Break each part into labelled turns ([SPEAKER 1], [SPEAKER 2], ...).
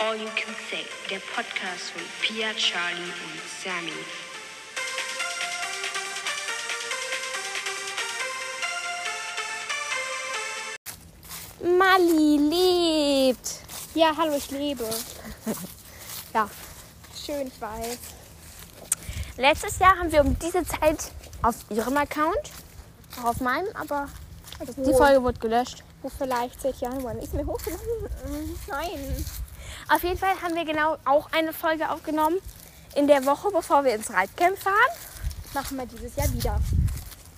[SPEAKER 1] All You Can Say, der Podcast von Pia, Charlie und Sammy.
[SPEAKER 2] Mali lebt.
[SPEAKER 3] Ja, hallo, ich lebe.
[SPEAKER 2] Ja.
[SPEAKER 3] Schön, ich weiß.
[SPEAKER 2] Letztes Jahr haben wir um diese Zeit auf ihrem Account, auch auf meinem, aber
[SPEAKER 3] Also,
[SPEAKER 2] die Folge wurde gelöscht.
[SPEAKER 3] Wo vielleicht seit Jahren wollen. Ist mir hochgeladen? Nein.
[SPEAKER 2] Auf jeden Fall haben wir genau auch eine Folge aufgenommen in der Woche, bevor wir ins Reitcamp fahren.
[SPEAKER 3] Machen wir dieses Jahr wieder.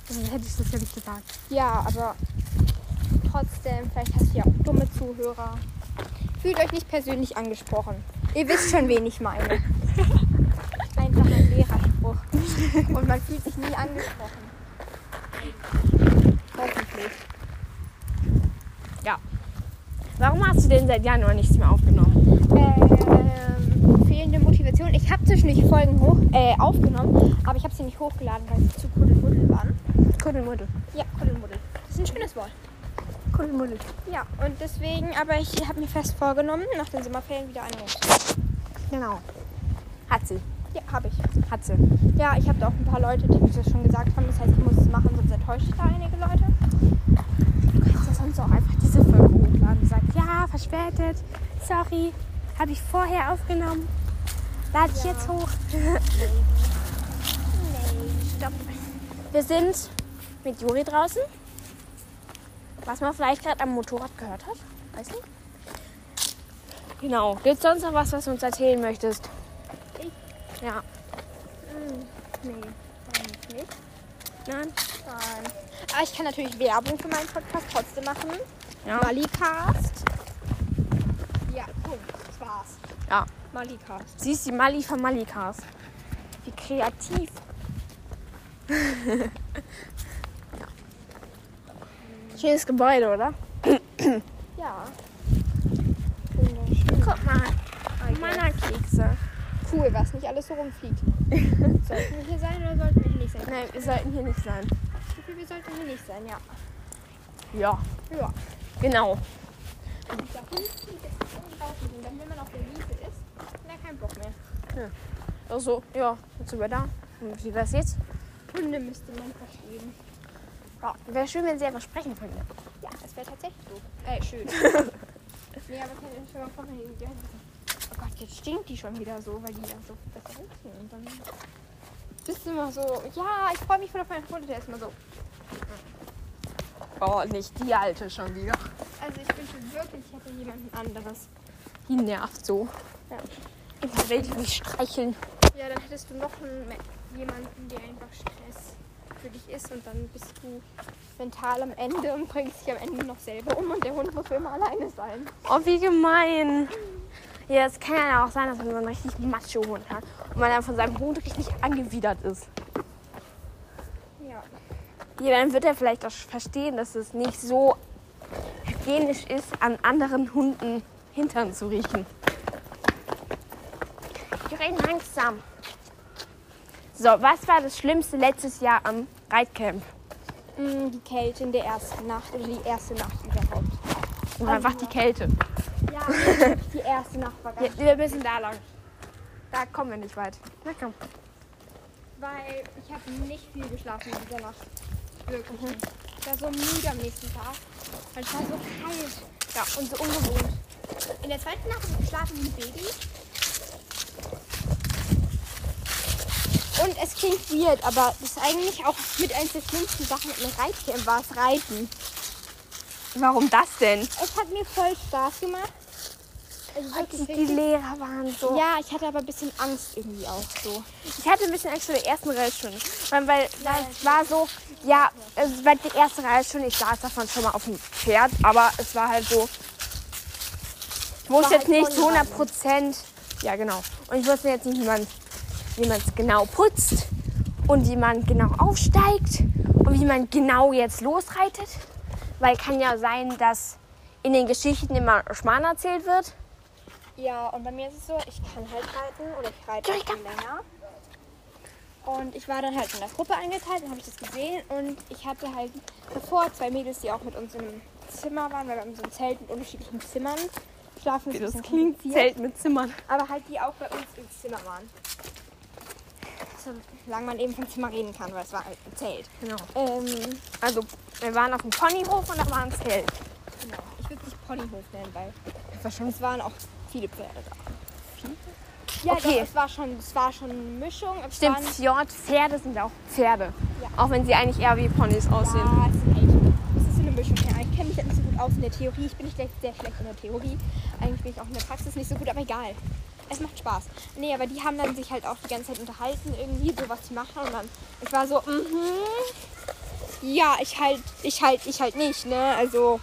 [SPEAKER 2] Dann hätte ich das ja nicht gesagt.
[SPEAKER 3] Ja, aber trotzdem, vielleicht hast du ja auch dumme Zuhörer. Fühlt euch nicht persönlich angesprochen. Ihr wisst schon, wen ich meine. Einfach ein Lehrerspruch. Und man fühlt sich nie angesprochen. Hoffentlich.
[SPEAKER 2] Ja. Warum hast du denn seit Januar nichts mehr aufgenommen?
[SPEAKER 3] Ähm, fehlende Motivation. Ich habe zwischendurch Folgen hoch, äh, aufgenommen, aber ich habe sie nicht hochgeladen, weil sie zu kuddelmuddel waren.
[SPEAKER 2] Kuddelmuddel.
[SPEAKER 3] Ja, kuddelmuddel. Das ist ein schönes Wort.
[SPEAKER 2] Kuddelmuddel.
[SPEAKER 3] Ja, und deswegen, aber ich habe mir fest vorgenommen, nach den Sommerferien wieder eine hoch.
[SPEAKER 2] Genau. Hat sie.
[SPEAKER 3] Ja, habe ich.
[SPEAKER 2] Hat sie.
[SPEAKER 3] Ja, ich habe da auch ein paar Leute, die mir das schon gesagt haben. Das heißt, ich muss es machen, sonst enttäusche ich da einige Leute.
[SPEAKER 2] Du kannst ja sonst auch einfach diese Folge hochladen und sagen, ja, verspätet, sorry, habe ich vorher aufgenommen, lade ich jetzt hoch.
[SPEAKER 3] Stopp.
[SPEAKER 2] Wir sind mit Juri draußen, was man vielleicht gerade am Motorrad gehört hat, weiß nicht. Genau. Gibt sonst noch was, was du uns erzählen möchtest? Ich? Hm, Ja.
[SPEAKER 3] Nee, eigentlich nicht.
[SPEAKER 2] Nein?
[SPEAKER 3] Nein. Aber Ah, ich kann natürlich Werbung für meinen Podcast trotzdem machen.
[SPEAKER 2] Ja.
[SPEAKER 3] Malikast. Ja, Punkt. Das war's.
[SPEAKER 2] ja.
[SPEAKER 3] Malikast.
[SPEAKER 2] Sie ist die Mali von Malikas. Wie kreativ. ja. Schönes Gebäude, oder?
[SPEAKER 3] Ja. Wunderschön.
[SPEAKER 2] Guck mal, Mannerkekse.
[SPEAKER 3] Cool, was nicht alles so rumfliegt. sollten wir hier sein oder sollten wir hier nicht sein?
[SPEAKER 2] Nein, wir sollten hier nicht sein.
[SPEAKER 3] Ich glaube, wir sollten hier nicht sein, ja.
[SPEAKER 2] Ja,
[SPEAKER 3] Ja.
[SPEAKER 2] genau.
[SPEAKER 3] Da hinten ist unglaublich. Und dann, wenn man auf der Wiese ist, hat man keinen Bock mehr.
[SPEAKER 2] Also, ja, jetzt sind wir da. Und wie das jetzt?
[SPEAKER 3] Hunde müsste man verstehen.
[SPEAKER 2] Ja, wäre schön, wenn sie einfach sprechen könnten.
[SPEAKER 3] Ja, das wäre tatsächlich so. Äh, schön. nee, aber kann ich schon mal vorhin die die- Oh Gott, jetzt stinkt die schon wieder so, weil die ja so besser riechen. Und dann bist du immer so, ja, ich freue mich voll auf meinen Hund. Der ist immer so.
[SPEAKER 2] Oh, nicht die alte schon wieder.
[SPEAKER 3] Also ich wünsche wirklich, ich hätte jemanden anderes.
[SPEAKER 2] Die nervt so.
[SPEAKER 3] Ja.
[SPEAKER 2] Ich will die nicht streicheln.
[SPEAKER 3] Ja, dann hättest du noch einen, Me- jemanden, der einfach Stress für dich ist und dann bist du mental am Ende und bringst dich am Ende noch selber um und der Hund muss für immer alleine sein.
[SPEAKER 2] Oh, wie gemein. Ja, es kann ja auch sein, dass man so einen richtig Macho-Hund hat und man dann von seinem Hund richtig angewidert ist.
[SPEAKER 3] Ja.
[SPEAKER 2] Ja, dann wird er vielleicht auch verstehen, dass es nicht so hygienisch ist, an anderen Hunden Hintern zu riechen. Wir reden langsam. So, was war das Schlimmste letztes Jahr am Reitcamp?
[SPEAKER 3] Mm, Die Kälte in der ersten Nacht oder die erste Nacht überhaupt.
[SPEAKER 2] Oder einfach die Kälte?
[SPEAKER 3] Ja, die erste Nacht war
[SPEAKER 2] Ja,
[SPEAKER 3] ganz
[SPEAKER 2] wir müssen da lang. Da kommen wir nicht weit. Na komm.
[SPEAKER 3] weil ich habe nicht viel geschlafen in dieser Nacht. Wirklich. nicht. Ich war so müde am nächsten Tag. Und es war so kalt.
[SPEAKER 2] Ja, und so ungewohnt.
[SPEAKER 3] In der zweiten Nacht habe ich geschlafen wie ein Baby. Und es klingt weird, aber das ist eigentlich auch mit eins der schlimmsten Sachen im Reitcamp war es Reiten.
[SPEAKER 2] Warum das denn?
[SPEAKER 3] Es hat mir voll Spaß gemacht. Also wirklich
[SPEAKER 2] Die
[SPEAKER 3] richtig.
[SPEAKER 2] Lehrer waren so.
[SPEAKER 3] Ja, ich hatte aber ein bisschen Angst irgendwie auch so.
[SPEAKER 2] Ich hatte ein bisschen Angst vor der ersten Reitstunde. Weil, weil da war so, ja, es war die erste Reitstunde, ich saß davon schon mal auf dem Pferd, aber es war halt so, ich wusste
[SPEAKER 3] War
[SPEAKER 2] jetzt
[SPEAKER 3] halt
[SPEAKER 2] nicht zu
[SPEAKER 3] von
[SPEAKER 2] 100 Prozent, ja genau, und ich wusste jetzt nicht, wie man wie man es genau putzt und wie man genau aufsteigt und wie man genau jetzt losreitet. Weil kann ja sein, dass in den Geschichten immer Schmarrn erzählt wird.
[SPEAKER 3] Ja, und bei mir ist es so, ich kann halt reiten oder ich reite
[SPEAKER 2] Joy,
[SPEAKER 3] auch schon
[SPEAKER 2] komm.
[SPEAKER 3] länger. Und ich war dann halt in der Gruppe eingeteilt, dann habe ich das gesehen und ich hatte halt davor zwei Mädels, die auch mit uns im Zimmer waren, weil wir in so einem Zelt mit unterschiedlichen Zimmern Schlafen
[SPEAKER 2] Wie
[SPEAKER 3] ist ein
[SPEAKER 2] das
[SPEAKER 3] bisschen
[SPEAKER 2] klingt,
[SPEAKER 3] kompliziert,
[SPEAKER 2] Zelt mit Zimmern.
[SPEAKER 3] Aber halt die auch bei uns im Zimmer waren. Solange man eben vom Zimmer reden kann, weil es war halt ein Zelt.
[SPEAKER 2] Genau.
[SPEAKER 3] Ähm,
[SPEAKER 2] Also, wir waren auf dem Ponyhof und da war ein Zelt.
[SPEAKER 3] genau. Ich würde es nicht Ponyhof nennen, weil
[SPEAKER 2] Wahrscheinlich.
[SPEAKER 3] es waren auch viele Pferde da. Ja,
[SPEAKER 2] Okay.
[SPEAKER 3] doch, es war schon, es war schon eine Mischung. Es
[SPEAKER 2] Stimmt,
[SPEAKER 3] Waren,
[SPEAKER 2] Fjord, Pferde sind auch Pferde.
[SPEAKER 3] Ja.
[SPEAKER 2] Auch wenn sie eigentlich eher wie Ponys aussehen.
[SPEAKER 3] ja, es sind echt, es ist so eine Mischung. Ja, ich kenne mich halt nicht so gut aus in der Theorie. Ich bin nicht schlecht- sehr schlecht in der Theorie. Eigentlich bin ich auch in der Praxis nicht so gut, aber egal. Es macht Spaß. Nee, aber die haben dann sich halt auch die ganze Zeit unterhalten, irgendwie so was sie machen. Und dann, ich war so, mhm. Ja, ich halt, ich halt, ich halt nicht, ne? Also,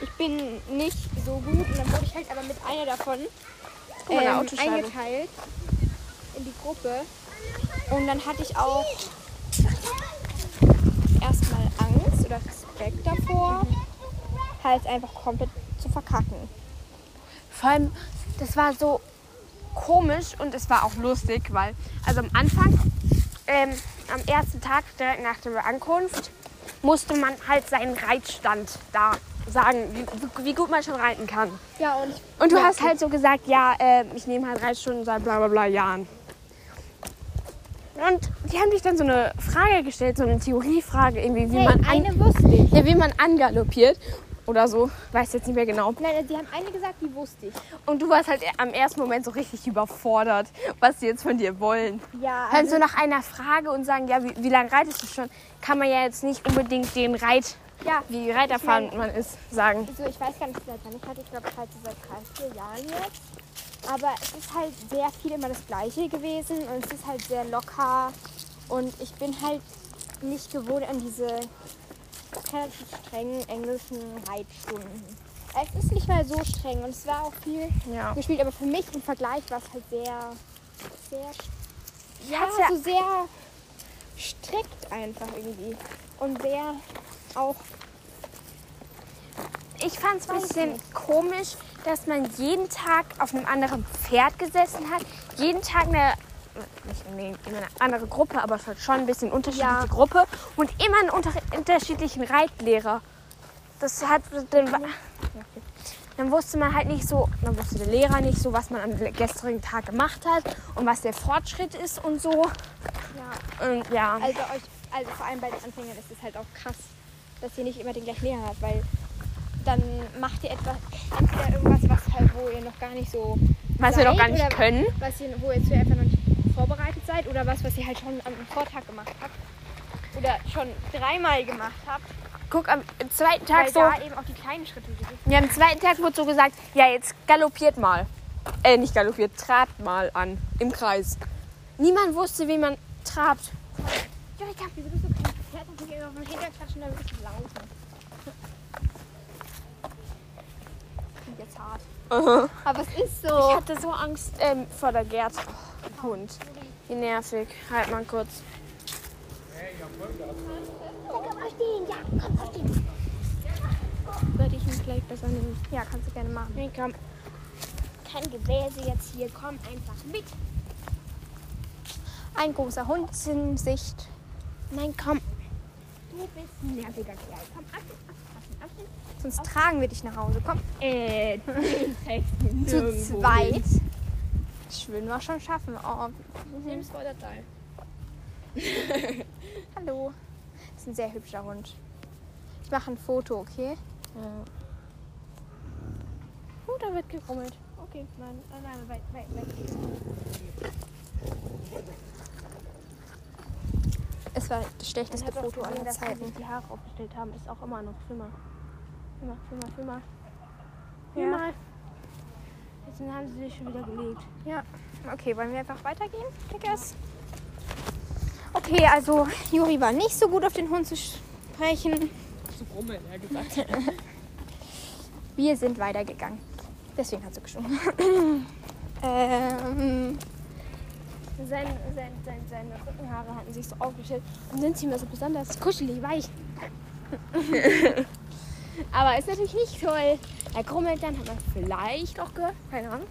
[SPEAKER 3] ich bin nicht so gut. Und dann wurde ich halt aber mit einer davon
[SPEAKER 2] mal, eine
[SPEAKER 3] ähm,
[SPEAKER 2] Autoscheibe.
[SPEAKER 3] eingeteilt in die Gruppe. Und dann hatte ich auch erstmal Angst oder Respekt davor, halt einfach komplett zu verkacken.
[SPEAKER 2] Vor allem, das war so komisch und es war auch lustig, weil, also am Anfang, ähm, am ersten Tag direkt nach der Ankunft, musste man halt seinen Reitstand da sagen, wie, wie gut man schon reiten kann.
[SPEAKER 3] Ja, und ich,
[SPEAKER 2] Und du hast halt so gesagt, ja, äh, ich nehme halt drei Stunden seit bla bla bla Jahren. Und die haben dich dann so eine Frage gestellt, so eine Theoriefrage irgendwie, wie
[SPEAKER 3] hey,
[SPEAKER 2] man an,
[SPEAKER 3] eine wusste ich.
[SPEAKER 2] ja, wie man angaloppiert oder so, weiß jetzt nicht mehr genau.
[SPEAKER 3] Nein, sie haben eine gesagt, die wusste ich.
[SPEAKER 2] Und du warst halt am ersten Moment so richtig überfordert, was sie jetzt von dir wollen.
[SPEAKER 3] Ja, also,
[SPEAKER 2] Vor allem so nach einer Frage und sagen, ja, wie, wie lange reitest du schon, kann man ja jetzt nicht unbedingt den Reit,
[SPEAKER 3] ja.
[SPEAKER 2] wie reiterfahren
[SPEAKER 3] Ich
[SPEAKER 2] man ist, sagen.
[SPEAKER 3] Also ich weiß gar nicht, seit wann ich hatte. Ich glaube, ich hatte seit drei, vier Jahren jetzt. Aber es ist halt sehr viel immer das Gleiche gewesen und es ist halt sehr locker. Und ich bin halt nicht gewohnt an diese relativ strengen englischen Reitstunden. Es ist nicht mal so streng und es war auch viel
[SPEAKER 2] Ja.
[SPEAKER 3] gespielt, aber für mich im Vergleich war es halt sehr, sehr
[SPEAKER 2] Ja,
[SPEAKER 3] ja, so sehr strikt einfach irgendwie. Und sehr auch
[SPEAKER 2] Ich fand es ein
[SPEAKER 3] Weiß
[SPEAKER 2] bisschen komisch, dass man jeden Tag auf einem anderen Pferd gesessen hat, jeden Tag eine, nicht nee, immer eine andere Gruppe, aber es war schon ein bisschen unterschiedliche
[SPEAKER 3] Ja.
[SPEAKER 2] Gruppe und immer einen unter, unterschiedlichen Reitlehrer. Das hat dann, wa- dann wusste man halt nicht so, dann wusste der Lehrer nicht so, was man am gestrigen Tag gemacht hat und was der Fortschritt ist und so.
[SPEAKER 3] ja,
[SPEAKER 2] Und ja,
[SPEAKER 3] Also euch, also vor allem bei den Anfängern ist es halt auch krass, dass ihr nicht immer den gleichen Lehrer habt, weil dann macht ihr etwas, entweder irgendwas, was halt, wo ihr noch gar nicht so
[SPEAKER 2] was wir noch gar
[SPEAKER 3] seid
[SPEAKER 2] nicht
[SPEAKER 3] oder
[SPEAKER 2] können.
[SPEAKER 3] Was ihr, wo ihr zu einfach noch nicht vorbereitet seid oder was, was ihr halt schon am Vortag gemacht habt. Oder schon dreimal gemacht habt,
[SPEAKER 2] Guck, am zweiten Tag
[SPEAKER 3] weil
[SPEAKER 2] so.
[SPEAKER 3] da eben auch die kleinen Schritte so
[SPEAKER 2] Ja, am zweiten Tag wurde so gesagt, ja, jetzt galoppiert mal. Äh, nicht galoppiert, trat mal an, im Kreis. Niemand wusste, wie man trabt.
[SPEAKER 3] Jurika, wieso bist du kein Pferd und gehst auf den Hinterklatschen, damit ich laufen? Klingt jetzt hart. Aber es ist
[SPEAKER 2] Ich
[SPEAKER 3] so.
[SPEAKER 2] hatte so Angst ähm, vor der Gerd. Hund. Wie nervig. Halt mal kurz.
[SPEAKER 3] Würde ich mich gleich besser nehmen. Ja, kannst du gerne machen.
[SPEAKER 2] Mika,
[SPEAKER 3] Kein Gebläse jetzt hier, komm einfach mit. Ein großer Hund ist in Sicht.
[SPEAKER 2] nein, komm.
[SPEAKER 3] Du bist ein nerviger Kerl. Komm, abschnitt, abschnitt, abschnitt. Sonst tragen wir dich nach Hause. Komm,
[SPEAKER 2] Äh,
[SPEAKER 3] zu zweit.
[SPEAKER 2] ich will nur schon schaffen.
[SPEAKER 3] Oh, Nimm Vorderteil. Hallo. Das ist ein sehr hübscher Hund. Ich mache ein Foto, okay? Oh, da wird gerummelt. Okay, nein, nein, nein, weit, weit, weit. Es war das schlechteste Foto aller Zeiten.
[SPEAKER 2] die Haare aufgestellt haben, ist auch immer noch schlimmer.
[SPEAKER 3] Filmer, Filmer, Filmer.
[SPEAKER 2] Ja. Jetzt haben sie sich schon wieder gelegt.
[SPEAKER 3] Ja. Okay, wollen wir einfach weitergehen, Kickers? Okay, also Juri war nicht so gut auf den Hund zu sprechen.
[SPEAKER 4] zu brummeln, ja gesagt.
[SPEAKER 3] Wir sind weitergegangen. Deswegen hat sie gesungen. ähm,
[SPEAKER 2] Sein, sein, sein, seine Rückenhaare hatten sich so aufgestellt und sind sie immer so besonders kuschelig weich. Aber ist natürlich nicht toll. Er krummelt dann, hat man vielleicht auch gehört. Keine Ahnung.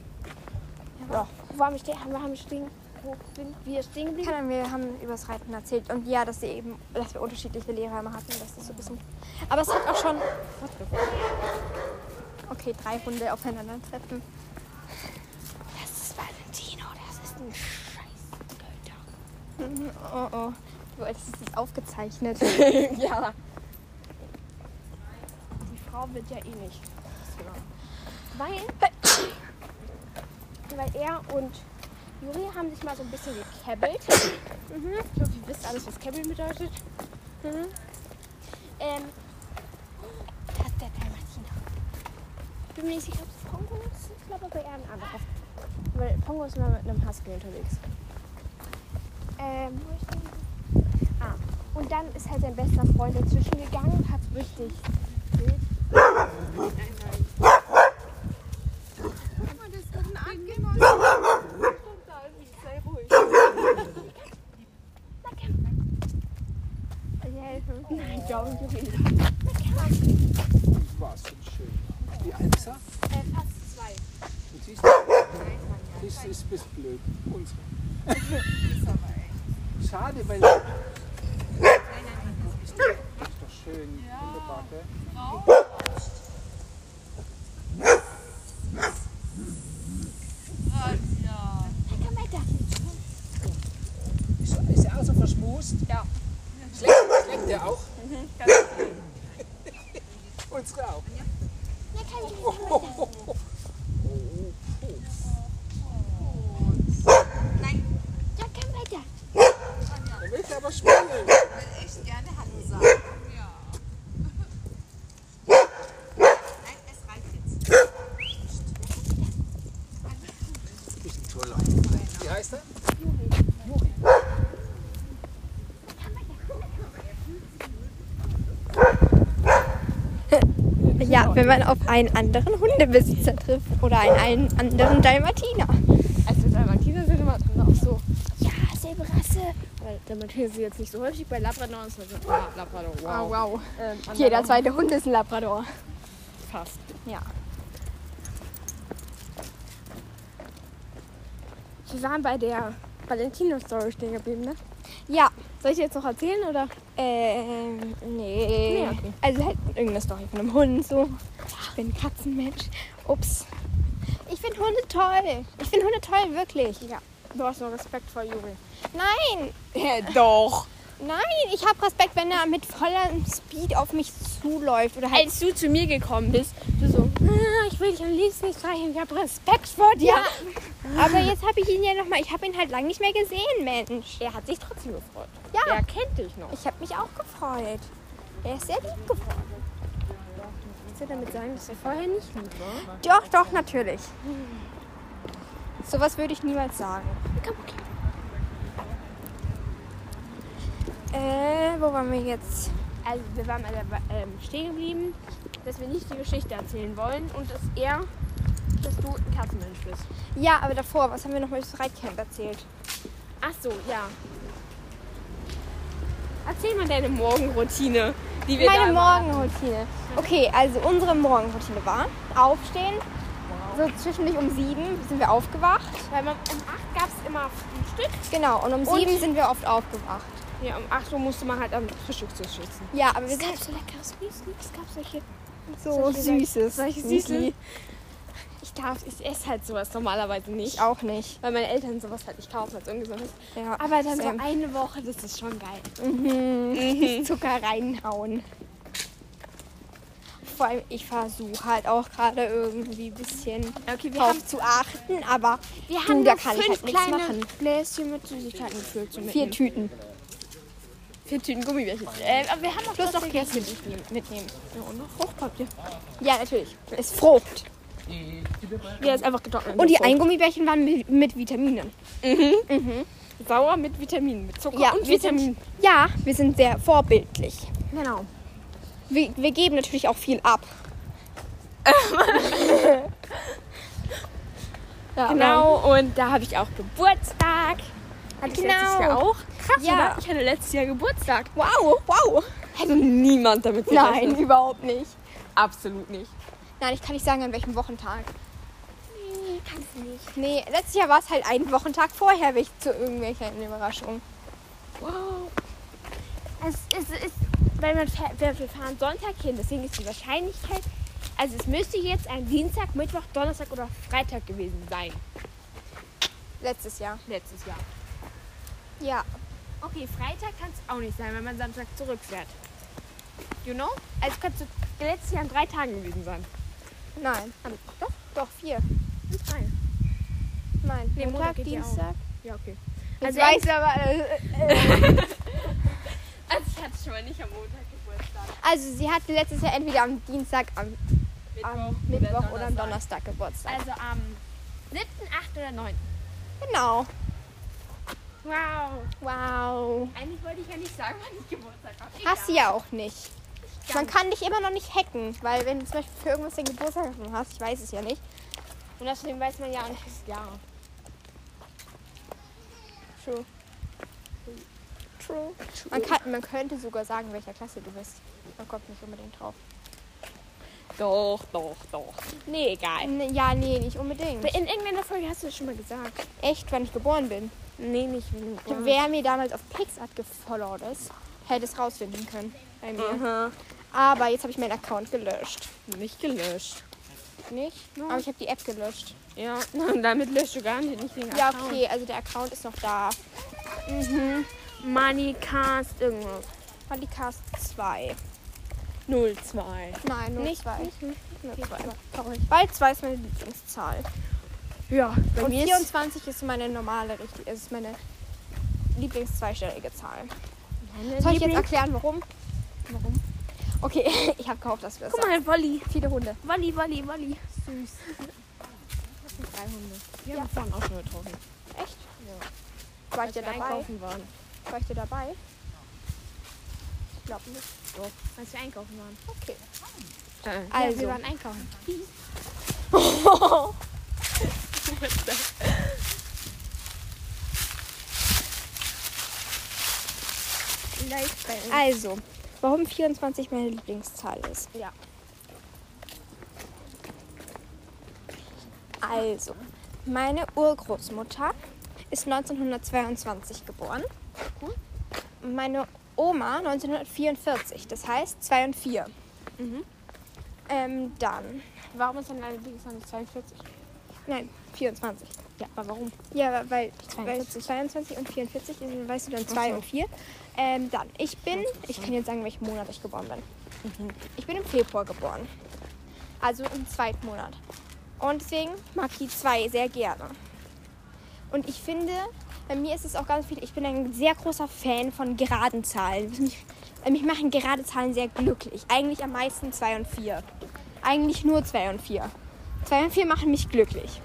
[SPEAKER 2] Ja, wo haben wir stehen? Haben wir, haben wir stehen? Wo sind wir stehen geblieben?
[SPEAKER 3] keine Ahnung, wir haben über das Reiten erzählt. Und ja, dass, sie eben, dass wir unterschiedliche Lehrer immer hatten. Das ist so ein bisschen. Aber es hat auch schon. Okay, drei Hunde aufeinandertreffen.
[SPEAKER 2] Das ist Valentino, das ist ein Scheißgötter.
[SPEAKER 3] Oh oh. Du hättest es aufgezeichnet.
[SPEAKER 2] ja. Die Frau wird ja eh nicht. Weil, weil er und Juri haben sich mal so ein bisschen gekebbelt. Ich glaube, ihr wisst alles, was kebbeln bedeutet. Ähm, das ist der Dalmatiner. Bin mir nicht sicher, ob es Pongo ist. Ich glaube aber eher ein anderer. Weil Pongo ist immer mit einem Husky unterwegs. Ähm, wo ich denn? Ah, und dann ist halt sein bester Freund dazwischen gegangen und hat richtig Nein, glaube ich nicht.
[SPEAKER 5] Was für ein Schön. Wie alt ist er?
[SPEAKER 3] Äh, fast zwei.
[SPEAKER 5] Du siehst, das ist ein bisschen blöd. Unsere. Schade, weil. Nein, nein, nein. Ist doch, ist doch schön. Wunderbar, gell? Ist, er- ist er auch so verschmust? Ja. Schlägt, schlägt der auch? Unsere auch. Oh, oh, oh, oh.
[SPEAKER 2] Ja, komm weiter.
[SPEAKER 5] Er will aber spielen.
[SPEAKER 6] echt gerne Hallo sagen. Ja. Nein, es reicht jetzt.
[SPEAKER 5] Ist ein toller. Wie heißt er?
[SPEAKER 3] Ja, wenn man auf einen anderen Hundebesitzer trifft oder einen, einen anderen Dalmatiner.
[SPEAKER 2] Also Dalmatiner sind immer drin, auch so. Ja, selbe Rasse. Weil Dalmatiner sind jetzt nicht so häufig bei Labrador. Ist also, ah, Labrador, wow. Ähm,
[SPEAKER 3] Oh, wow. Jeder zweite Hund ist ein Labrador.
[SPEAKER 4] Fast.
[SPEAKER 3] Ja.
[SPEAKER 2] Wir waren bei der Valentino-Story stehen geblieben, ne?
[SPEAKER 3] Ja,
[SPEAKER 2] Soll ich jetzt noch erzählen, oder?
[SPEAKER 3] ähm, nee.
[SPEAKER 2] Nee, okay.
[SPEAKER 3] Also halt irgendeine Story von einem Hund, so. Ich bin Katzenmensch. Ups. Ich finde Hunde toll. Ich finde Hunde toll, wirklich. Ja.
[SPEAKER 2] Du hast noch Respekt vor Juri.
[SPEAKER 3] Nein,
[SPEAKER 2] Äh,
[SPEAKER 4] doch.
[SPEAKER 3] nein, ich habe Respekt, wenn er mit voller Speed auf mich zuläuft. Oder halt
[SPEAKER 2] Als du zu mir gekommen bist, du so, "Ah, ich will dich am liebsten nicht streichen, ich habe Respekt vor dir.
[SPEAKER 3] Ja, aber jetzt habe ich ihn ja nochmal. Ich habe ihn halt lange nicht mehr gesehen, Mensch.
[SPEAKER 2] Er hat sich trotzdem gefreut.
[SPEAKER 3] Ja.
[SPEAKER 2] Er kennt dich noch.
[SPEAKER 3] Ich habe mich auch gefreut. Er ist sehr lieb geworden.
[SPEAKER 2] Willst du damit sagen, dass er vorher nicht lieb war?
[SPEAKER 3] Doch, doch, natürlich. Sowas würde ich niemals sagen. Äh, wo waren wir jetzt?
[SPEAKER 2] Also wir waren bei der, Wa- ähm, stehen geblieben, dass wir nicht die Geschichte erzählen wollen und dass er, dass du ein Katzenmensch bist.
[SPEAKER 3] Ja, aber davor, was haben wir noch mal das Reitcamp erzählt?
[SPEAKER 2] Ach so, ja. Erzähl mal deine Morgenroutine, die wir
[SPEAKER 3] Meine
[SPEAKER 2] da machen.
[SPEAKER 3] Morgenroutine. Okay, also unsere Morgenroutine war aufstehen. So zwischendurch um sieben sind wir aufgewacht.
[SPEAKER 2] Weil man, um 8 gab es immer Frühstück.
[SPEAKER 3] Genau, und um
[SPEAKER 2] Und-
[SPEAKER 3] sieben sind wir oft aufgewacht.
[SPEAKER 2] Ja, um 8 Uhr musste man halt am Frühstückstisch sitzen.
[SPEAKER 3] Ja, aber wir
[SPEAKER 2] Es
[SPEAKER 3] sind
[SPEAKER 2] gab so leckeres Müsli, es gab solche...
[SPEAKER 3] so
[SPEAKER 2] solche-
[SPEAKER 3] süßes.
[SPEAKER 2] Solche Süßli. Ich darf, ich esse halt sowas normalerweise nicht.
[SPEAKER 3] Ich auch nicht.
[SPEAKER 2] Weil meine Eltern sowas halt nicht kaufen, als ungesund ist.
[SPEAKER 3] Ja,
[SPEAKER 2] Aber dann so
[SPEAKER 3] Sam.
[SPEAKER 2] eine Woche, das ist schon geil.
[SPEAKER 3] Zucker reinhauen. Vor allem, ich versuche halt auch gerade irgendwie ein bisschen
[SPEAKER 2] Okay, wir
[SPEAKER 3] drauf
[SPEAKER 2] haben-
[SPEAKER 3] zu achten, aber
[SPEAKER 2] Wir
[SPEAKER 3] du,
[SPEAKER 2] haben
[SPEAKER 3] da
[SPEAKER 2] nur
[SPEAKER 3] kann ich
[SPEAKER 2] fünf
[SPEAKER 3] halt nichts
[SPEAKER 2] kleine
[SPEAKER 3] machen.
[SPEAKER 2] Bläschen mit Süßigkeiten gefüllt. So
[SPEAKER 3] Vier
[SPEAKER 2] mitnehmen.
[SPEAKER 3] Tüten.
[SPEAKER 2] vier Tüten Gummibärchen. Äh, aber wir haben auch
[SPEAKER 3] Plus
[SPEAKER 2] bloß
[SPEAKER 3] noch
[SPEAKER 2] noch
[SPEAKER 3] Geld mitnehmen. mitnehmen.
[SPEAKER 2] Ja, und noch Hochpapier.
[SPEAKER 3] Ja, natürlich. Ist Frucht.
[SPEAKER 2] Der ist einfach getrocknet.
[SPEAKER 3] Und die
[SPEAKER 2] Frucht.
[SPEAKER 3] Eingummibärchen waren mit, mit Vitaminen.
[SPEAKER 2] Sauer mit Vitaminen, mit Zucker
[SPEAKER 3] Ja,
[SPEAKER 2] und
[SPEAKER 3] wir
[SPEAKER 2] Vitaminen.
[SPEAKER 3] Sind, ja, wir sind sehr vorbildlich.
[SPEAKER 2] Genau.
[SPEAKER 3] Wir, wir geben natürlich auch viel ab. ja,
[SPEAKER 2] Genau, und da habe ich auch Geburtstag. Hatte ich letztes
[SPEAKER 3] Genau.
[SPEAKER 2] Jahr auch. Krass,
[SPEAKER 3] Ja.
[SPEAKER 2] oder? Ich hatte letztes Jahr Geburtstag.
[SPEAKER 3] Wow, wow.
[SPEAKER 2] Hätte niemand damit
[SPEAKER 3] Nein,
[SPEAKER 2] gerechnet.
[SPEAKER 3] überhaupt nicht.
[SPEAKER 2] Absolut nicht.
[SPEAKER 3] Nein, ich kann nicht sagen, an welchem Wochentag. Nee, kannst du nicht. Nee, letztes Jahr war es halt einen Wochentag vorher, welch zu irgendwelcher Überraschung.
[SPEAKER 2] Wow. Es, es ist, weil man fährt, wir, wir fahren Sonntag hin, deswegen ist die Wahrscheinlichkeit Also es müsste jetzt ein Dienstag, Mittwoch, Donnerstag oder Freitag gewesen sein.
[SPEAKER 3] Letztes Jahr.
[SPEAKER 2] Letztes Jahr.
[SPEAKER 3] Ja.
[SPEAKER 2] Okay, Freitag kann es auch nicht sein, wenn man Samstag zurückfährt. You know? Also kannst du letztes Jahr an drei Tagen gewesen sein.
[SPEAKER 3] Nein. Doch? Doch, vier.
[SPEAKER 2] Nein.
[SPEAKER 3] Nein.
[SPEAKER 2] Nee, Montag
[SPEAKER 3] Montag,
[SPEAKER 2] geht ja auch.
[SPEAKER 3] Dienstag.
[SPEAKER 2] Ja, okay.
[SPEAKER 3] Jetzt
[SPEAKER 2] Also
[SPEAKER 3] weiß ich aber. Äh,
[SPEAKER 2] Also ich hatte schon mal nicht am Montag Geburtstag.
[SPEAKER 3] also, sie hatte letztes Jahr entweder am Dienstag, am, am Mittwoch oder, am Donnerstag Geburtstag.
[SPEAKER 2] Also am 7., 8. oder 9.
[SPEAKER 3] genau.
[SPEAKER 2] Wow.
[SPEAKER 3] Wow.
[SPEAKER 2] Eigentlich wollte ich ja nicht sagen, wann ich Geburtstag habe.
[SPEAKER 3] Hast du ja auch nicht.
[SPEAKER 2] gar
[SPEAKER 3] Man kann dich immer noch nicht hacken, weil wenn du zum Beispiel für irgendwas den Geburtstag davon hast, ich weiß es ja nicht.
[SPEAKER 2] Und außerdem weiß man ja auch nicht das Jahr.
[SPEAKER 3] True. True. Man, kann, man könnte sogar sagen, welcher Klasse du bist. Man kommt nicht unbedingt drauf.
[SPEAKER 4] Doch, doch, doch.
[SPEAKER 2] Nee, egal.
[SPEAKER 3] N- Ja, nee, nicht unbedingt.
[SPEAKER 2] In irgendeiner Folge hast du das schon mal gesagt.
[SPEAKER 3] Echt, wenn ich geboren bin.
[SPEAKER 2] Nee, nicht wegen
[SPEAKER 3] Wer mir damals auf PixArt gefollowt ist, hätte es rausfinden können bei mir. Aber jetzt habe ich meinen Account gelöscht.
[SPEAKER 4] Nicht gelöscht.
[SPEAKER 3] Nicht? Aber ich habe die App gelöscht.
[SPEAKER 2] Ja, und damit löscht du gar nicht, nicht wegen
[SPEAKER 3] Ja, okay, also der Account ist noch da.
[SPEAKER 2] Moneycast, irgendwas.
[SPEAKER 3] Polycast 2.
[SPEAKER 4] 02.
[SPEAKER 3] Nein, nur
[SPEAKER 2] Nicht-
[SPEAKER 3] 2.
[SPEAKER 2] Okay.
[SPEAKER 3] Weil 2 ist meine Lieblingszahl.
[SPEAKER 2] Ja, bei
[SPEAKER 3] Und
[SPEAKER 2] mir ist...
[SPEAKER 3] 24 ist meine normale, richtig, ist meine Lieblings-zweistellige Zahl. Soll ich jetzt erklären, warum? Warum? Okay, ich habe gehofft, dass wir das
[SPEAKER 2] Guck mal, Wolli.
[SPEAKER 3] sagen. Viele Hunde.
[SPEAKER 2] Wolli, Wolli, Wolli. Süß.
[SPEAKER 4] Drei Hunde. Wir haben vorhin auch schon getroffen.
[SPEAKER 3] Echt? Ja. War ich dir
[SPEAKER 4] Wir
[SPEAKER 3] dabei?
[SPEAKER 4] einkaufen waren.
[SPEAKER 3] War ich dir dabei? Ich glaube nicht.
[SPEAKER 2] Als wir einkaufen waren.
[SPEAKER 3] Okay.
[SPEAKER 2] Also.
[SPEAKER 3] Also,
[SPEAKER 2] wir waren einkaufen.
[SPEAKER 3] also, warum 24 meine Lieblingszahl ist?
[SPEAKER 2] Ja.
[SPEAKER 3] Also, meine Urgroßmutter ist 1922 geboren. Und Meine Oma 1944, das heißt 2 und 4. Ähm, dann,
[SPEAKER 2] Warum ist dann deine Lieblingszahl nicht 42?
[SPEAKER 3] nein, 24.
[SPEAKER 2] Ja, aber warum?
[SPEAKER 3] Ja, weil, weil
[SPEAKER 2] 42.
[SPEAKER 3] 22 und 44 ist, weißt du dann 2 und 4. Ähm, dann, ich bin, ich kann jetzt sagen, welchen Monat ich geboren bin.
[SPEAKER 2] Mhm.
[SPEAKER 3] Ich bin im Februar geboren. Also im zweiten Monat. Und deswegen mag ich die 2 sehr gerne. Und ich finde, bei mir ist es auch ganz viel, ich bin ein sehr großer Fan von geraden Zahlen. Mich, äh, mich machen gerade Zahlen sehr glücklich. Eigentlich am meisten 2 und 4. Eigentlich nur 2 und 4. 2 und 4 machen mich glücklich.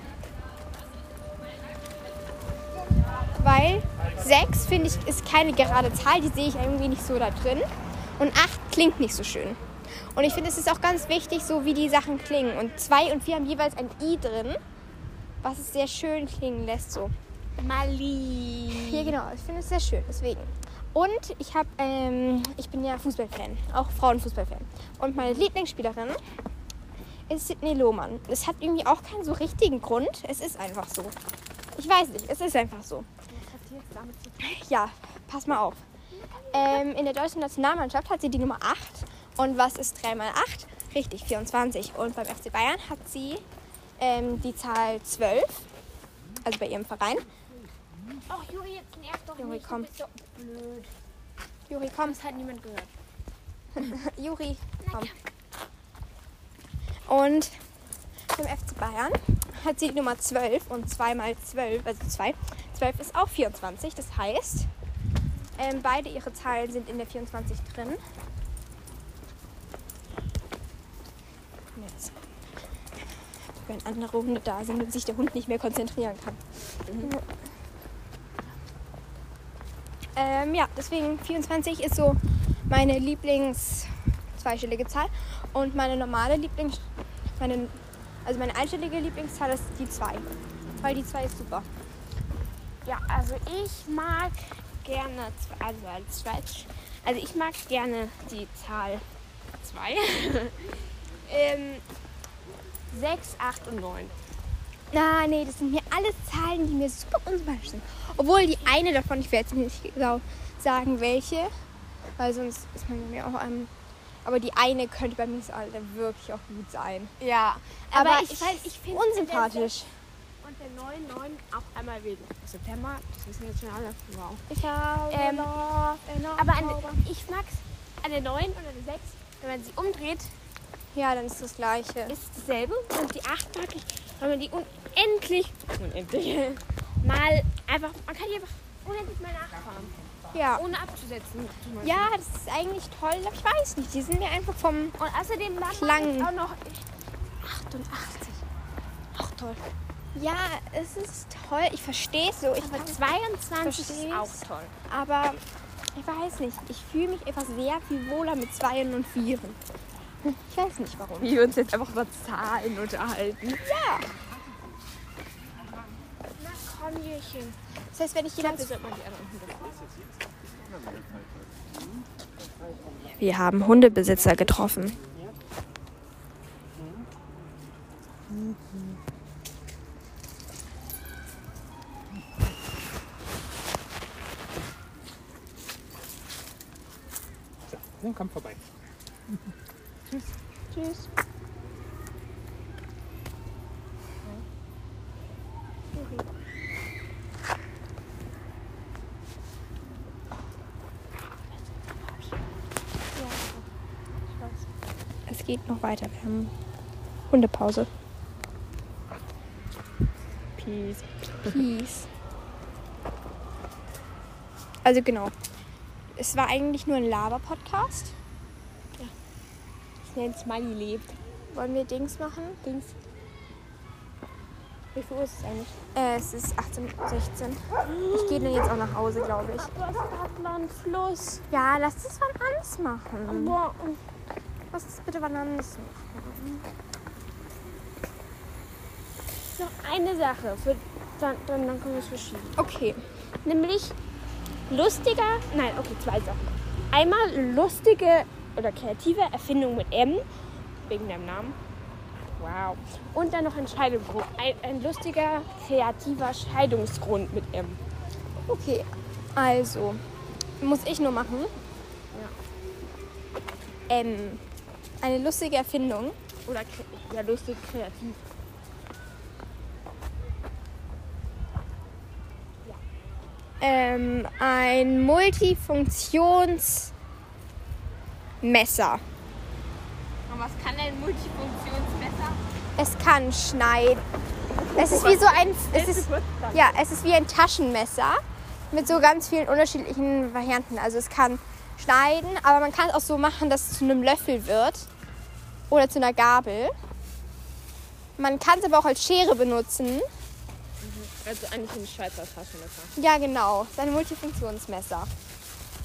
[SPEAKER 3] weil 6 finde ich ist keine gerade Zahl, die sehe ich irgendwie nicht so da drin. Und 8 klingt nicht so schön. Und ich finde, es ist auch ganz wichtig, so wie die Sachen klingen. Und 2 und 4 haben jeweils ein I drin, was es sehr schön klingen lässt. So.
[SPEAKER 2] Mali.
[SPEAKER 3] Hier genau, ich finde es sehr schön, deswegen. Und ich habe, ähm, ich bin ja Fußballfan, auch Frauenfußballfan. Und meine Lieblingsspielerin ist Sidney Lohmann. Es hat irgendwie auch keinen so richtigen Grund. Es ist einfach so. Ich weiß nicht, es ist einfach so. Ja, pass mal auf. Ähm, in der deutschen Nationalmannschaft hat sie die Nummer 8. Und was ist 3 mal 8? Richtig, 24. Und beim FC Bayern hat sie ähm, die Zahl 12. Also bei ihrem Verein.
[SPEAKER 2] Ach, Juri, jetzt nervt doch
[SPEAKER 3] Juri,
[SPEAKER 2] nicht.
[SPEAKER 3] komm.
[SPEAKER 2] Du bist doch blöd.
[SPEAKER 3] Juri, komm.
[SPEAKER 2] Das hat niemand gehört.
[SPEAKER 3] Juri, komm. Und beim FC Bayern hat sie die Nummer 12 und 2 mal 12, also 2. 12 ist auch 24, das heißt, ähm, beide ihre Zahlen sind in der 24 drin. Und Jetzt. Wenn andere Hunde da sind und sich der Hund nicht mehr konzentrieren kann. Ähm, ja, deswegen 24 ist so meine Lieblings zweistellige Zahl und meine normale Lieblings meine, also meine einstellige Lieblingszahl ist die 2, weil die 2 ist super.
[SPEAKER 2] Ja, also ich mag gerne, zwe- also als Schweiz, also ich mag gerne die Zahl 2. ähm, 6, 8 und 9.
[SPEAKER 3] Na, nee, das sind mir alles Zahlen, die mir super unsympathisch sind. Obwohl die eine davon, ich werde jetzt nicht genau sagen, welche, weil sonst ist man mir auch am Aber die eine könnte bei mir wirklich auch gut sein.
[SPEAKER 4] Ja,
[SPEAKER 3] Aber,
[SPEAKER 2] Aber
[SPEAKER 3] ich,
[SPEAKER 2] ich- ich find's
[SPEAKER 3] unsympathisch.
[SPEAKER 4] und der 9-9 auch einmal wegen September, das wissen jetzt schon alle. Wow.
[SPEAKER 3] Ich habe
[SPEAKER 2] Ähm,
[SPEAKER 3] noch
[SPEAKER 2] Aber an, ich mag's an der 9 oder der 6, wenn man sie umdreht,
[SPEAKER 3] ja, dann ist das gleiche.
[SPEAKER 2] ist es dasselbe. Und die 8 mag ich, weil man die unendlich, unendlich, mal einfach, man kann die einfach unendlich mal nachfahren,
[SPEAKER 3] Ja.
[SPEAKER 2] ohne abzusetzen. zum Beispiel.
[SPEAKER 3] Ja, das ist eigentlich toll, aber ich weiß nicht. Die sind mir einfach vom.
[SPEAKER 2] Und außerdem mag
[SPEAKER 3] Klang.
[SPEAKER 2] man jetzt auch noch 88. Auch toll.
[SPEAKER 3] Ja, es ist toll. Ich verstehe es so. Ich
[SPEAKER 2] Aber
[SPEAKER 3] kann-
[SPEAKER 2] 22 ist
[SPEAKER 3] versteh's.
[SPEAKER 2] auch toll.
[SPEAKER 3] aber ich weiß nicht. Ich fühle mich einfach sehr viel wohler mit Zweien und Vieren. Hm, Ich weiß nicht warum.
[SPEAKER 4] Wie wir uns jetzt einfach über Zahlen unterhalten.
[SPEAKER 2] Na komm, Jürchen.
[SPEAKER 3] Das heißt, wenn ich jemanden.
[SPEAKER 2] Wir haben Hundebesitzer getroffen.
[SPEAKER 5] So, dann komm vorbei.
[SPEAKER 3] Tschüss. Es geht noch weiter. Wir haben Hundepause.
[SPEAKER 4] Peace.
[SPEAKER 3] Peace. Also genau. Es war eigentlich nur ein Laber-Podcast.
[SPEAKER 4] Ich nenne es Money lebt.
[SPEAKER 3] Wollen wir Dings machen? Dings.
[SPEAKER 2] Wie viel Uhr ist es eigentlich?
[SPEAKER 3] Äh, es ist 18, 16. Ich gehe dann jetzt auch nach Hause, glaube ich.
[SPEAKER 2] Du hast gerade mal einen Fluss.
[SPEAKER 3] Ja, lass das wann anders machen.
[SPEAKER 2] Boah, und
[SPEAKER 3] Lass das bitte wann anders machen.
[SPEAKER 2] noch eine Sache. Für, dann, dann, dann können wir es verschieben.
[SPEAKER 3] Okay.
[SPEAKER 2] nämlich lustiger, nein, okay, zwei Sachen. Einmal lustige oder kreative Erfindung mit M, wegen deinem Namen. Wow. Und dann noch ein Scheidungsgrund, ein, ein lustiger, kreativer Scheidungsgrund mit M.
[SPEAKER 3] Okay. Also, muss ich nur machen? Ja. Ähm, eine lustige Erfindung.
[SPEAKER 2] Oder kre- ja, lustig, kreativ.
[SPEAKER 3] Ähm, ein Multifunktionsmesser.
[SPEAKER 6] Und was kann denn Multifunktionsmesser?
[SPEAKER 3] Es kann schneiden. Es ist wie so ein. Es ist, ja, es ist wie ein Taschenmesser mit so ganz vielen unterschiedlichen Varianten. Also es kann schneiden, aber man kann es auch so machen, dass es zu einem Löffel wird oder zu einer Gabel. Man kann es aber auch als Schere benutzen.
[SPEAKER 4] Also eigentlich ein Schweizer Taschenmesser.
[SPEAKER 3] Ja, genau. Sein Multifunktionsmesser.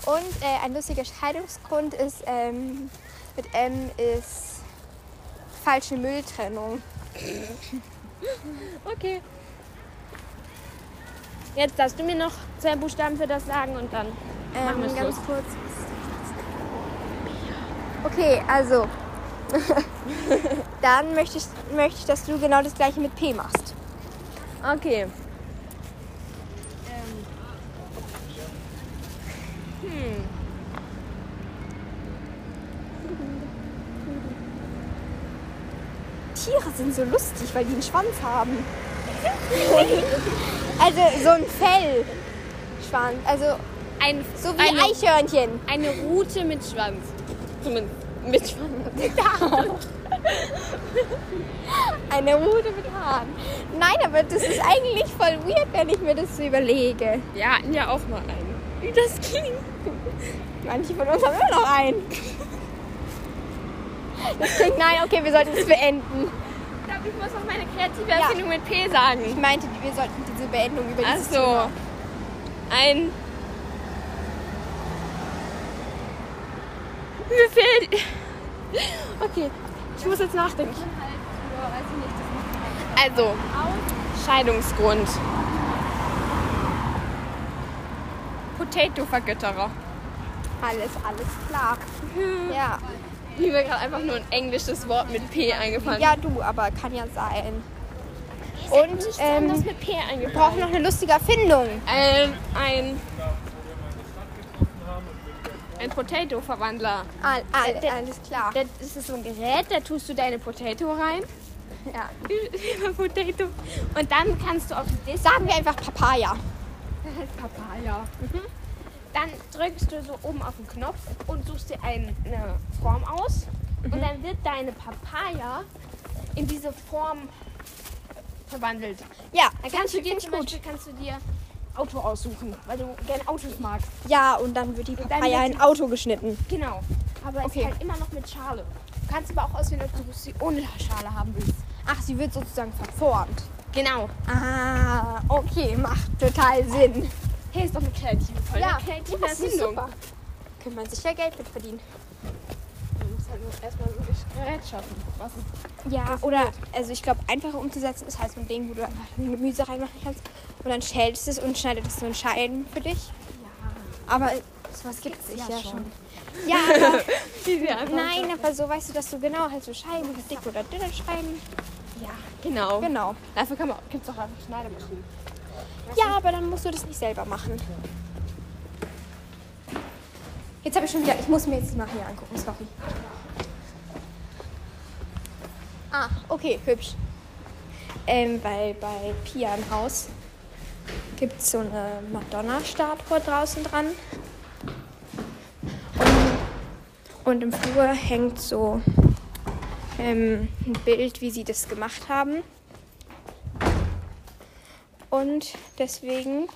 [SPEAKER 3] Und äh, ein lustiger Scheidungsgrund ist ähm, mit M ist falsche Mülltrennung.
[SPEAKER 2] Okay. Jetzt darfst du mir noch zwei Buchstaben für das sagen und dann.
[SPEAKER 3] Ähm,
[SPEAKER 2] Machen wir's
[SPEAKER 3] ganz
[SPEAKER 2] los.
[SPEAKER 3] kurz. Okay, also. Dann möchte ich, möchte ich, dass du genau das gleiche mit P machst.
[SPEAKER 2] Okay.
[SPEAKER 3] Tiere sind so lustig, weil die einen Schwanz haben. also so ein Fellschwanz. Also
[SPEAKER 2] Ein,
[SPEAKER 3] so wie
[SPEAKER 2] eine,
[SPEAKER 3] Eichhörnchen.
[SPEAKER 2] eine Route mit Schwanz. Zumindest mit Schwanz.
[SPEAKER 3] Eine Rute mit Haaren. Nein, aber das ist eigentlich voll weird, wenn ich mir das so überlege.
[SPEAKER 4] Wir hatten ja auch mal einen.
[SPEAKER 3] Wie das klingt. Manche von uns haben immer noch einen. Das klingt, nein, okay, wir sollten es beenden.
[SPEAKER 2] Ich glaube, ich muss noch meine kreative
[SPEAKER 3] Ja.
[SPEAKER 2] Erfindung mit P sagen.
[SPEAKER 3] Ich meinte, wir sollten diese Beendung über
[SPEAKER 4] Ach
[SPEAKER 3] dieses
[SPEAKER 4] so. Ein. Mir fehlt. Okay, ich muss jetzt nachdenken. Also, Scheidungsgrund. Potato-Vergötterer.
[SPEAKER 3] Alles, alles klar. Ja.
[SPEAKER 4] Mir wäre gerade einfach nur ein englisches Wort mit P eingefallen.
[SPEAKER 3] ja, du, aber kann ja sein. Und ähm,
[SPEAKER 2] mit P
[SPEAKER 3] wir
[SPEAKER 2] eingebracht.
[SPEAKER 3] brauchen noch eine lustige Erfindung.
[SPEAKER 4] Ähm, ein.
[SPEAKER 2] Ein Potato-Verwandler.
[SPEAKER 3] Al al alles klar.
[SPEAKER 2] Das ist so ein Gerät, da tust du deine Potato rein.
[SPEAKER 3] Ja.
[SPEAKER 2] Lieber Potato. Und dann kannst du auf das
[SPEAKER 3] Sagen wir einfach Papaya.
[SPEAKER 2] Papaya. Mhm. Dann drückst du so oben auf den Knopf und suchst dir ein- eine Form aus. Und dann wird deine Papaya in diese Form verwandelt.
[SPEAKER 3] Ja,
[SPEAKER 2] Dann kannst du dir
[SPEAKER 3] finde
[SPEAKER 2] zum
[SPEAKER 3] ich
[SPEAKER 2] Beispiel kannst du dir Auto aussuchen, weil du gerne Autos magst.
[SPEAKER 3] Ja, und dann wird die
[SPEAKER 2] dann
[SPEAKER 3] Papaya
[SPEAKER 2] wird
[SPEAKER 3] in Auto geschnitten.
[SPEAKER 2] Genau. Aber
[SPEAKER 3] Okay.
[SPEAKER 2] ist halt immer noch mit Schale. Du kannst aber auch auswählen, ob du sie ohne Schale haben willst.
[SPEAKER 3] Ach, sie wird sozusagen verformt.
[SPEAKER 2] Genau.
[SPEAKER 3] Ah, okay, macht total Sinn.
[SPEAKER 2] Hey, ist doch eine kreative Folge.
[SPEAKER 3] Ja,
[SPEAKER 2] Eine kreative
[SPEAKER 3] das ist
[SPEAKER 2] Erfindung.
[SPEAKER 3] super. Könnte man sicher Geld mit verdienen.
[SPEAKER 2] Man muss halt nur erstmal so ein Gerät schaffen. Was es
[SPEAKER 3] Ja, oder, also ich glaube, einfacher umzusetzen ist halt so ein Ding, wo du einfach ein Gemüse reinmachen kannst und dann schälst es und schneidet es so in Scheiben für dich. Ja. Aber sowas gibt es ja schon. Ja, aber, nein, aber so weißt du, dass du genau halt so Scheiben, dick oder dünne Scheiben.
[SPEAKER 2] Genau.
[SPEAKER 3] Genau.
[SPEAKER 2] Dafür kann man, gibt es auch einfach Schneidemaschinen.
[SPEAKER 3] Ja, aber dann musst du das nicht selber machen. Jetzt habe ich schon wieder. Ich muss mir jetzt mal hier angucken, sorry. Ah, okay, hübsch. Ähm, weil bei Pia im Haus gibt es so eine Madonna-Statue draußen dran. Und, und im Flur hängt so ähm, ein Bild, wie sie das gemacht haben. Und deswegen,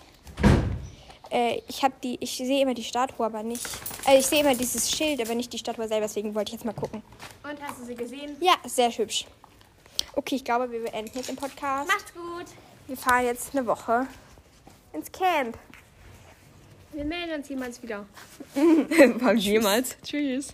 [SPEAKER 3] äh, ich habe die, ich sehe immer die Statue, aber nicht, äh, ich sehe immer dieses Schild, aber nicht die Statue selber. Deswegen wollte ich jetzt mal gucken.
[SPEAKER 2] Und hast du sie gesehen?
[SPEAKER 3] Ja, sehr hübsch. Okay, ich glaube, wir beenden jetzt den Podcast.
[SPEAKER 2] Macht's gut.
[SPEAKER 3] Wir fahren jetzt eine Woche ins Camp.
[SPEAKER 2] Wir melden uns jemals wieder.
[SPEAKER 7] Jemals.
[SPEAKER 2] Tschüss.